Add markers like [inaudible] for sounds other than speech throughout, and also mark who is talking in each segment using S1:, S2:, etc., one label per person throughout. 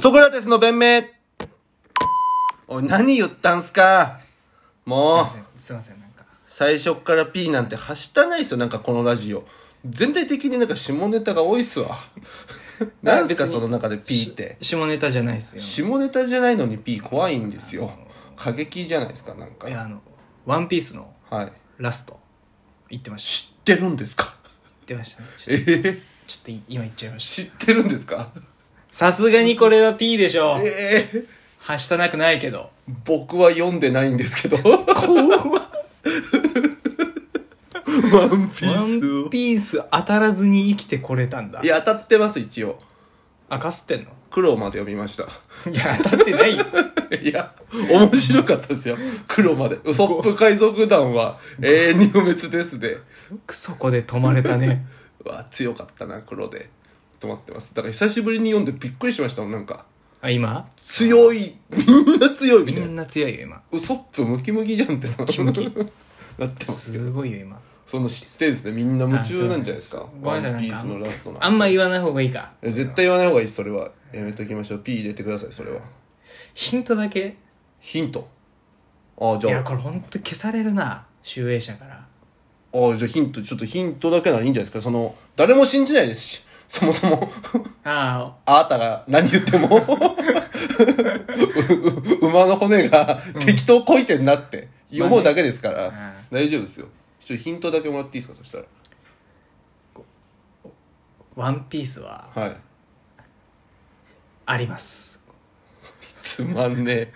S1: ソクラテスの弁明おい、何言ったんすかもう、
S2: すいませんなんか
S1: 最初っから P なんてはしたないっすよ、なんかこのラジオ。全体的になんか下ネタが多いっす
S2: [laughs]
S1: わ。なんすか、
S2: 別に
S1: その中で P って。
S2: 下ネタじゃないですよ
S1: 下ネタじゃないのに P 怖いんですよ。過激じゃないですか、なんか
S2: い。やあの「ワンピースの
S1: はい。
S2: ラスト言ってました
S1: 知ってるんですか
S2: 言ってましたねちょ
S1: え
S2: っと
S1: ー、
S2: ちょっとい今言っちゃいまし
S1: 知ってるんですか
S2: たさすがにこれは P でしょう
S1: ええ
S2: はしたなくないけど
S1: 僕は読んでないんですけ
S2: [laughs]
S1: ど。ワンピ
S2: ワ
S1: ース
S2: ン
S1: を。
S2: ピース当たらずに生きてこれたんだ
S1: いや、当たってます、一応。
S2: あかすってんの
S1: 黒まで読みました。
S2: いや当たってないよ
S1: いや、面白かったですよ。黒まで。ウソップ海賊団は永遠に不滅ですで。
S2: くそこで止まれたね
S1: うわ、強かったな、黒で。止まってます。だから久しぶりに読んでびっくりしましたもん、なんか。
S2: あ今
S1: 強い、みんな強い
S2: み
S1: みたい
S2: ん
S1: な。
S2: な強いよ今
S1: ウソップムキムキじゃんってさ。
S2: キムキ
S1: なってますけど。
S2: すごいよ今
S1: その知ってですね、みんな夢中なんじゃないですか
S2: あ。すいま
S1: ワ
S2: せん
S1: ンピースのラストなんて
S2: あんま言わない方がいいか
S1: え絶対言わない方がいいそれはやめときましょう P 入れてくださいそれは
S2: ヒントだけ
S1: ヒントああ
S2: い
S1: じゃ
S2: や
S1: あ
S2: これほんと消されるな集英社から
S1: ああじゃあヒントちょっとヒントだけならいいんじゃないですかその誰も信じないですしそもそも [laughs]
S2: あ
S1: あなたが何言っても [laughs] うう馬の骨が適当こいてんなって思うだけですから、
S2: まあね
S1: 大丈夫ですよちょっとヒントだけもらっていいですかそしたら
S2: あワンピースは
S1: はい
S2: あり
S1: [laughs]
S2: ます
S1: つまんねえ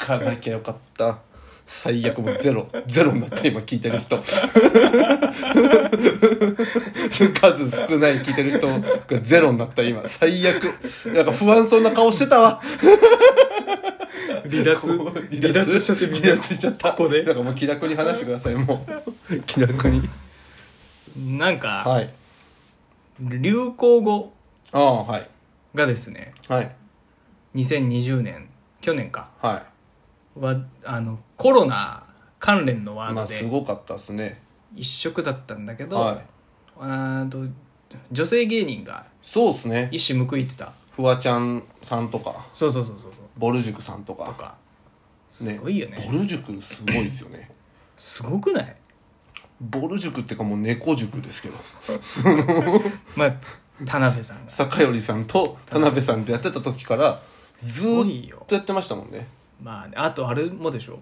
S1: 聞かなきゃよかった最悪もうゼロゼロになった今聞いてる人数少ない聞いてる人がゼロになった今最悪なんか不安そうな顔してたわ
S2: 離脱離脱しちゃってみん
S1: 離
S2: な
S1: 脱しちゃった
S2: ここで
S1: なんかもう気楽に話してくださいもう気楽に
S2: なんか、
S1: はい
S2: 流行語
S1: ああはい
S2: がですね
S1: はい
S2: 2020年去年か
S1: はい
S2: はあのコロナ関連のワー
S1: ま
S2: ド
S1: あす
S2: で
S1: ごかったっすね
S2: 一色だったんだけど、
S1: はい
S2: あーと女性芸人が
S1: そうっすね
S2: 一矢報いてた
S1: フワちゃんさんとか
S2: そうそうそうそうそう
S1: ぼる塾さんとか
S2: とか
S1: ね
S2: すごいよね
S1: ボル塾すごいですよね
S2: すごくない
S1: ボル塾ってかもう猫塾ですけど
S2: まあ田辺
S1: [laughs]
S2: さんが
S1: 坂寄さんと田辺さんでやってた時からず
S2: ご
S1: ー
S2: いよ
S1: っとやってましたもんね
S2: まあねあとあれもでしょ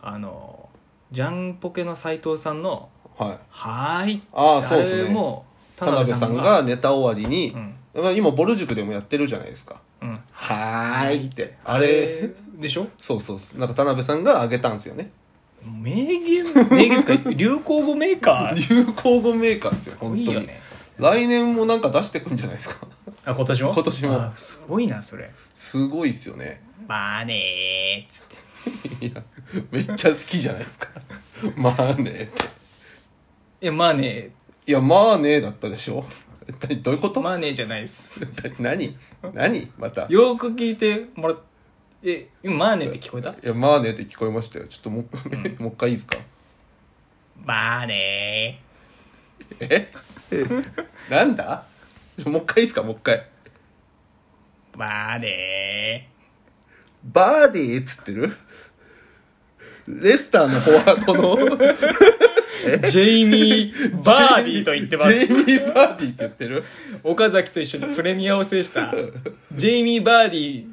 S2: あのジャンポケの斎藤さんの
S1: はい
S2: 「はーい」
S1: ああそうっすね
S2: れも
S1: 田辺さんがネタ終わりに、まあ今ボル塾でもやってるじゃないですか
S2: 「うん、
S1: 「はーい」ってあ
S2: あ
S1: れ
S2: れでしょ
S1: そうそうそうなんか田辺さんがあげたんですよね
S2: 名言名言つか流行語メーカ
S1: 流
S2: ー
S1: 行語メーカーですよ
S2: すご
S1: 本
S2: い
S1: 当
S2: よ
S1: に
S2: ね
S1: 来年もなんか出してくんじゃないですか
S2: あ今年も
S1: 今年も
S2: あすごいなそれ
S1: すごいっすよね
S2: まあねーっつって
S1: いやめっちゃ好きじゃないですかまあねって
S2: いやまあね
S1: いや、まあねだったでしょ [laughs] 何どういうこと、
S2: まあねじゃないっす
S1: 何何また。い
S2: よーく聞いてもらっえ今まあねって聞こえた
S1: や、まあねって聞こえましたよ。ちょっともう、 [laughs] もう一回いいですか
S2: まあね
S1: え [laughs] なんだもう一回いいですかもう一回。
S2: ーまあね
S1: バーディーっつってるレスターのフォワードの [laughs] ジ
S2: ージェイミー・バーディーと言ってま
S1: ェイ
S2: す
S1: ミー・バーディーって言ってる
S2: 岡崎と一緒にプレミアを制したジェイミー・バーディー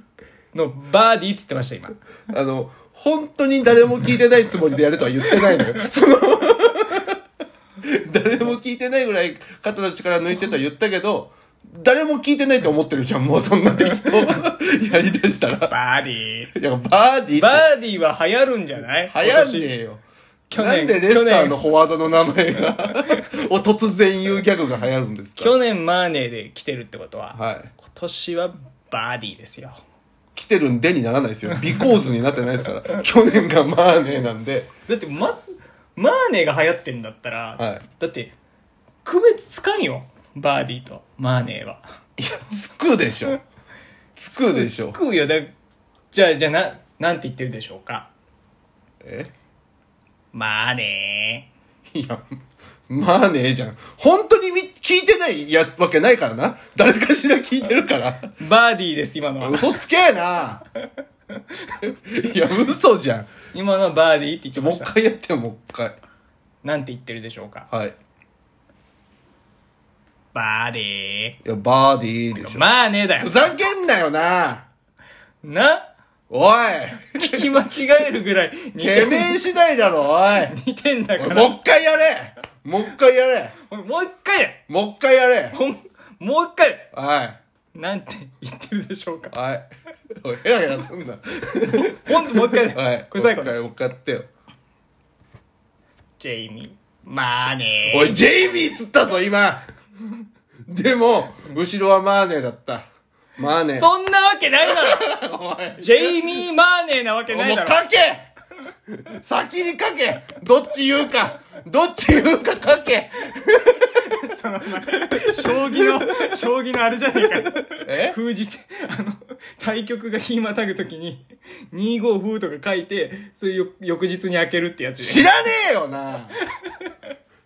S2: のバーディーっつってました今
S1: あの、本当に誰も聞いてないつもりでやるとは言ってないの
S2: [laughs]
S1: よ。その誰も聞いてないぐらい肩の力抜いてとは言ったけど、誰も聞いてないと思ってるじゃん、もうそんな適当
S2: [laughs]
S1: やりだしたら。
S2: バーディー
S1: いや、バーディー
S2: バ
S1: っ
S2: ーディーは流行るんじゃない
S1: て流行んねえよ。
S2: 去
S1: な
S2: 年
S1: んでレスターのフォワードの名前
S2: [laughs]
S1: がを突然言うギャグが流行るんですか
S2: 去年マーネーで来てるってことは、
S1: はい。
S2: 今年はバーディーですよ
S1: 来てるんでにならないですよ。ビコーズになってないですから。去年がマーネーなんで。
S2: だってまマーネーが流行ってんだったら、
S1: はい
S2: だって区別つかんよバーディーとマーネーはい
S1: や、つくでしょ。つくでし
S2: つ
S1: ょ。
S2: くよだじゃあじゃあななんて言ってるでしょうか
S1: え [laughs]
S2: マーネ
S1: いや、まあねえじゃん。本当にみ聞いてないやつわけないからな。誰かしら聞いてるから。
S2: バーディーです、今の
S1: [laughs]
S2: は。
S1: 嘘つけえな。 [laughs] いや、嘘じゃん。
S2: 今のはバーディーって言って
S1: も
S2: ま
S1: う
S2: し
S1: 一
S2: た。
S1: 回やってよ、もう一回。
S2: なんて言ってるでしょうか。
S1: はい。
S2: バーディ
S1: いや、バーディーでし
S2: ー。
S1: ょ。
S2: まあねだよ
S1: ふ。ざけんなよな。
S2: な
S1: おい
S2: 聞き間違えるぐらい似
S1: てめ
S2: て
S1: え次第だろ、おい
S2: 似てんだか
S1: おい [laughs]
S2: ら。
S1: もう一回やれもう一回やれ
S2: おいもう一回や
S1: もう一回やれ
S2: ほんもう一回や
S1: はい。
S2: なんて言ってるでしょうか。
S1: はい。おい、ヘラヘラすんな。
S2: ほんともう一回だよ。
S1: はい。
S2: これ最後
S1: もう一回、もう一回やってよ。
S2: ジェイミー。まあね
S1: [laughs] おい、ジェイミーっつったぞ、今でも、後ろはマーネーだった。マーネー。
S2: そんなわけないだろ
S1: おい
S2: ジェイミー・マーネーなわけない
S1: もう
S2: だ
S1: か
S2: ろ
S1: け先にかけどっち言うかどっち言うかかけ
S2: そのお前 [laughs] 将棋の、将棋のあれじゃねえか。
S1: え
S2: 封じて、あの、対局がひまたぐときに、2五風とか書いて、それよ翌日に開けるってやつじ
S1: 知らねえよな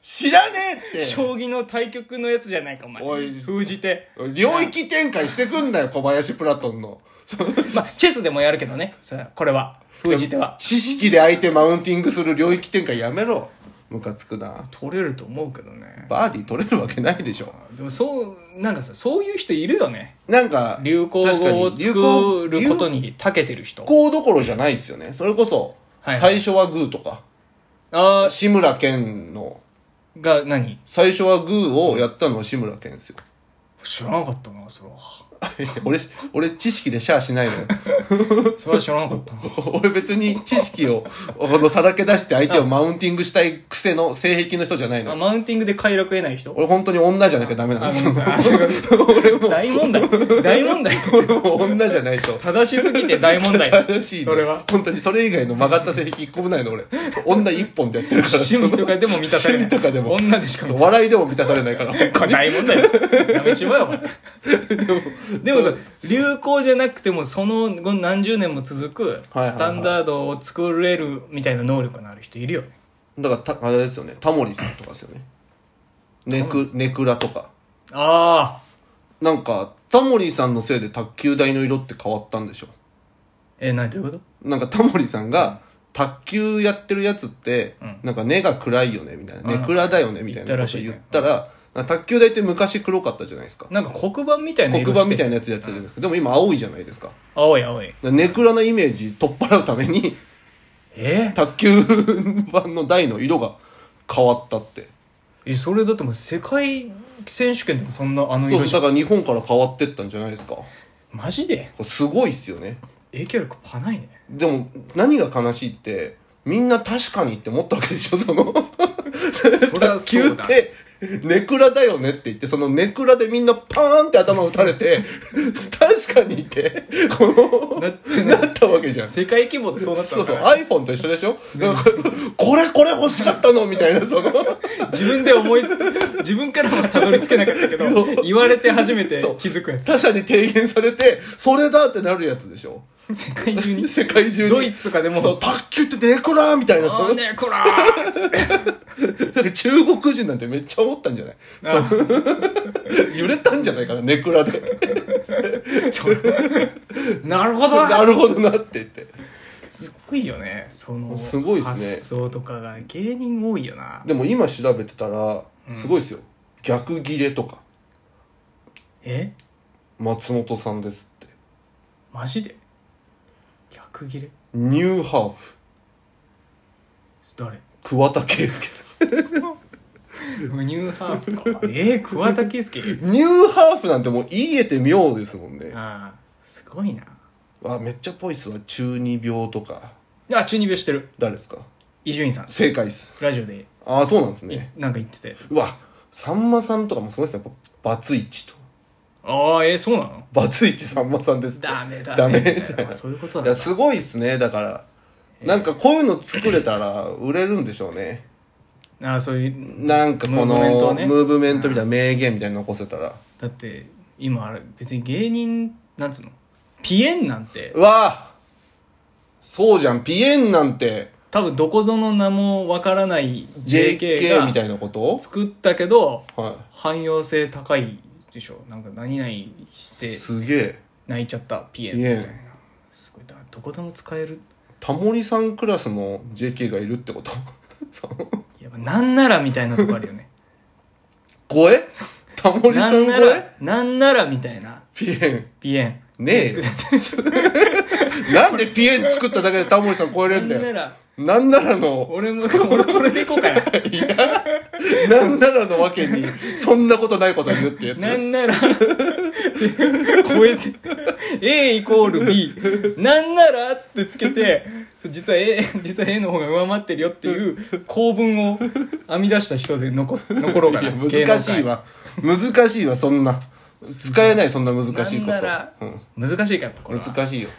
S1: 知らねえ
S2: ゃん
S1: って
S2: 将棋の対局のやつじゃないか、お前。
S1: おい
S2: 封じて。
S1: 領域展開してくんなよ、小林プラトンの。その
S2: まあ、チェスでもやるけどね。それはこれは。封じては。
S1: 知識で相手マウンティングする領域展開やめろ。ムカつくな。
S2: 取れると思うけどね。
S1: バーディー取れるわけないでしょ。
S2: でもそう、なんかさ、そういう人いるよね。
S1: なんか、
S2: 流行語
S1: 確かに
S2: を
S1: 流行
S2: 作ること
S1: 流
S2: に長けてる人。
S1: 行どころじゃないですよね。それこそ、
S2: はい
S1: 最初はグーとか、
S2: あ
S1: 志村けんの、
S2: ーが何
S1: 最初はグーをやったのは志村けん
S2: [laughs]
S1: ですよ。
S2: 知らなかったな、それは。
S1: 俺、俺知識でシャアしないのよ。 [laughs]
S2: それは知らなかったな。
S1: 俺別に知識を、このさらけ出して相手をマウンティングしたい癖の性癖の人じゃないの
S2: あ
S1: よ。
S2: マウンティングで快楽得ない人
S1: [laughs] 俺本当に女じゃなきゃダメなの。その
S2: あそうか大問題大
S1: [laughs]
S2: 問題
S1: 俺も女じゃないと。
S2: 正しすぎて大問題
S1: 正しいね
S2: それは
S1: 本当にそれ以外の曲がった性癖一個もないの俺。女一本でやってるから。
S2: [laughs] 趣味とかでも満たされない
S1: 趣味とかでも。
S2: 女でしか満たさ
S1: 笑いでも満たされないから。
S2: これ大問題だよやめちまえよお前でもさ流行じゃなくてもその後何十年も続く
S1: はいはいはい
S2: スタンダードを作れるみたいな能力のある人いるよね
S1: だからた、あれですよね。タモリさんとかですよね。ネク、ネクラとか。
S2: ああ
S1: なんか、タモリさんのせいで卓球台の色って変わったんでしょ。
S2: えなんていうこと
S1: なんかタモリさんが、卓球やってるやつって、
S2: うん
S1: なんか根が暗いよね、みたいな。
S2: うん
S1: ネクラだよね、みたいなこと
S2: 言
S1: 言
S2: っ
S1: ったたら、なんか卓球台って昔黒かったじゃないですか。
S2: なんか黒板みたいな
S1: 黒
S2: 色
S1: 板みたい
S2: な
S1: なやつやってたじゃないですか。でも今青いじゃないですか。
S2: 青い青い
S1: ネクラなイメージ取っ払うために、 [laughs]
S2: え
S1: 卓球版の台の色が変わったって。
S2: えそれだってもう世界選手権でもそんなあの
S1: そう
S2: 色
S1: そう、
S2: じゃ
S1: だ
S2: ん
S1: から日本から変わってったんじゃないですか。こ
S2: マジで
S1: れすごいっすよね。
S2: 影響力パないね
S1: でも、何が悲しいって、みんな確かにって思ったわけでしょ、その。
S2: そり
S1: 卓
S2: ゃそ
S1: 球
S2: う
S1: っ
S2: だ
S1: て、ネクラだよねって言って、そのネクラでみんなパーンって頭打たれて、確かにって、こ
S2: なって
S1: の、なったわけじゃん。
S2: 世界規模でそうなった
S1: そ
S2: の
S1: うそう、
S2: か
S1: iPhone と一緒でしょだからこれこれ欲しかったのみたいな、その、
S2: な [laughs] 自分で思い自分からはたどり着けなかったけど言われて初めて
S1: そう
S2: 気づくやつ
S1: 他者に提言されて、それだってなるやつでしょ
S2: 世界中に
S1: 世界中に。
S2: ドイツとかでも
S1: そう、卓球ってネクラみたいな、そ
S2: あー
S1: の、
S2: ねこらーつって
S1: なんか中国人なんてめっちゃ思ったんじゃない
S2: あ
S1: [laughs] 揺れたんじゃないかな、ネクラで。
S2: そうなるほど
S1: なるほどなって言って。
S2: すごいよねその
S1: すごいっすね
S2: 発想とかが芸人多いよな
S1: でも今調べてたら、すごいですよ。逆ギレとか、
S2: え
S1: 松本さんですって。
S2: マジで逆切れ
S1: ニューハーフ、
S2: 誰
S1: 桑田佳祐。 [laughs]
S2: ニューハーフかえー、桑田佳祐 [laughs]
S1: ニューハーフなんてもう言えて妙ですもんね。
S2: ああすごいな
S1: あ、めっちゃぽいっすわ。中二病とか。
S2: あ中二病してる
S1: 誰ですか
S2: 伊集院さん
S1: 正解っす。
S2: ラジオで
S1: ああ、そうなんです
S2: い
S1: ね。
S2: なんか言ってて
S1: うわ、さんまさんとかもすごいですね。やっぱバツイチと。
S2: ああえー、そうなの
S1: バツイチさんまさんですって。
S2: ダメダメ
S1: ダメ
S2: みたいなあそういうこと
S1: い
S2: なん
S1: や、
S2: だ
S1: すごいっすね。だから、なんかこういうの作れたら売れるんでしょうね。
S2: ああそういう
S1: なんかこの
S2: ムーブメントをね
S1: ムーブメントみたいな名言みたいなの残せたら。
S2: だって今あれ別に芸人なんつうのピエンなんて
S1: うわそうじゃん。ピエンなんて、
S2: 多分どこぞの名もわからない JK
S1: JK
S2: が
S1: みたいなこと
S2: 作ったけど
S1: は
S2: 汎用性高いでしょなんか何々し
S1: い
S2: て
S1: すげえ
S2: 泣いちゃったピエンみたいなすごいだどこでも使える
S1: タモリさんクラスの JK がいるってことそう
S2: やっぱなんならみたいなとこあるよ [laughs] ね
S1: 声タモリ
S2: な
S1: さん
S2: んな
S1: 声
S2: らなんならみたいな
S1: ピエン
S2: ピエン
S1: ねえ
S2: [laughs]
S1: よなんでピエン作っただけでタモリさん超えれんだ
S2: なんな
S1: よ
S2: ら
S1: なんならの
S2: 俺も俺これでいこうか
S1: [laughs]
S2: な
S1: なんならのわけにそんなことないこと言うってやつ
S2: なんなら超えて A イコール B なんならってつけて実は A 実は A の方が上回ってるよっていう構文を編み出した人で残す残ろうか
S1: い
S2: な
S1: や難しいわ難しいわそんな使えないそんな難
S2: 芸能
S1: し
S2: 界
S1: い
S2: な
S1: こ
S2: ん
S1: と
S2: なら、難しいかやっぱ
S1: う
S2: これ
S1: ん、
S2: は
S1: 難しいよ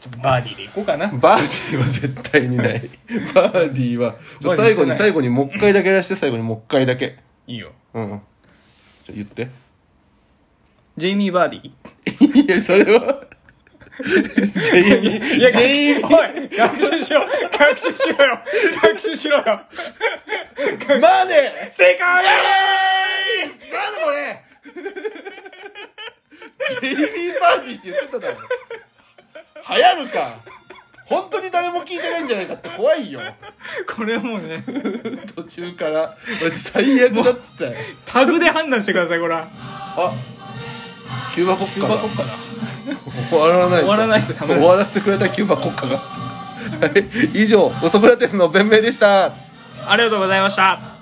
S2: ちょっとバーディーでいこうかな
S1: バーディーは絶対にないバーディーはちょ
S2: バー
S1: 最
S2: ディー
S1: 後に
S2: ない
S1: 最後にもう一回だけ出して最後にもう一回だけ
S2: いいよ
S1: うんちょ言って [laughs]
S2: ジェイミー・バーディー
S1: いやそれは
S2: [laughs]
S1: ジェイミー
S2: いや、おい学習しろ学習しろよ学習しろよ
S1: マネ
S2: 正解
S1: なんだこれジェイミー・バーディーって言ってただろ流行るか本当に誰も聞いてないんじゃないかって怖いよ
S2: これはもうね、
S1: 途中からマジ最悪だったよ
S2: タグで判断してください、これは。
S1: あキューバ国
S2: キュ
S1: 家
S2: ー
S1: が
S2: バ国家だ。
S1: 終わらないと
S2: 終わらないとダメだ
S1: 終わらせてくれたキューバ国家がはい以上ウソクラテスの弁明でした
S2: ありがとうございました。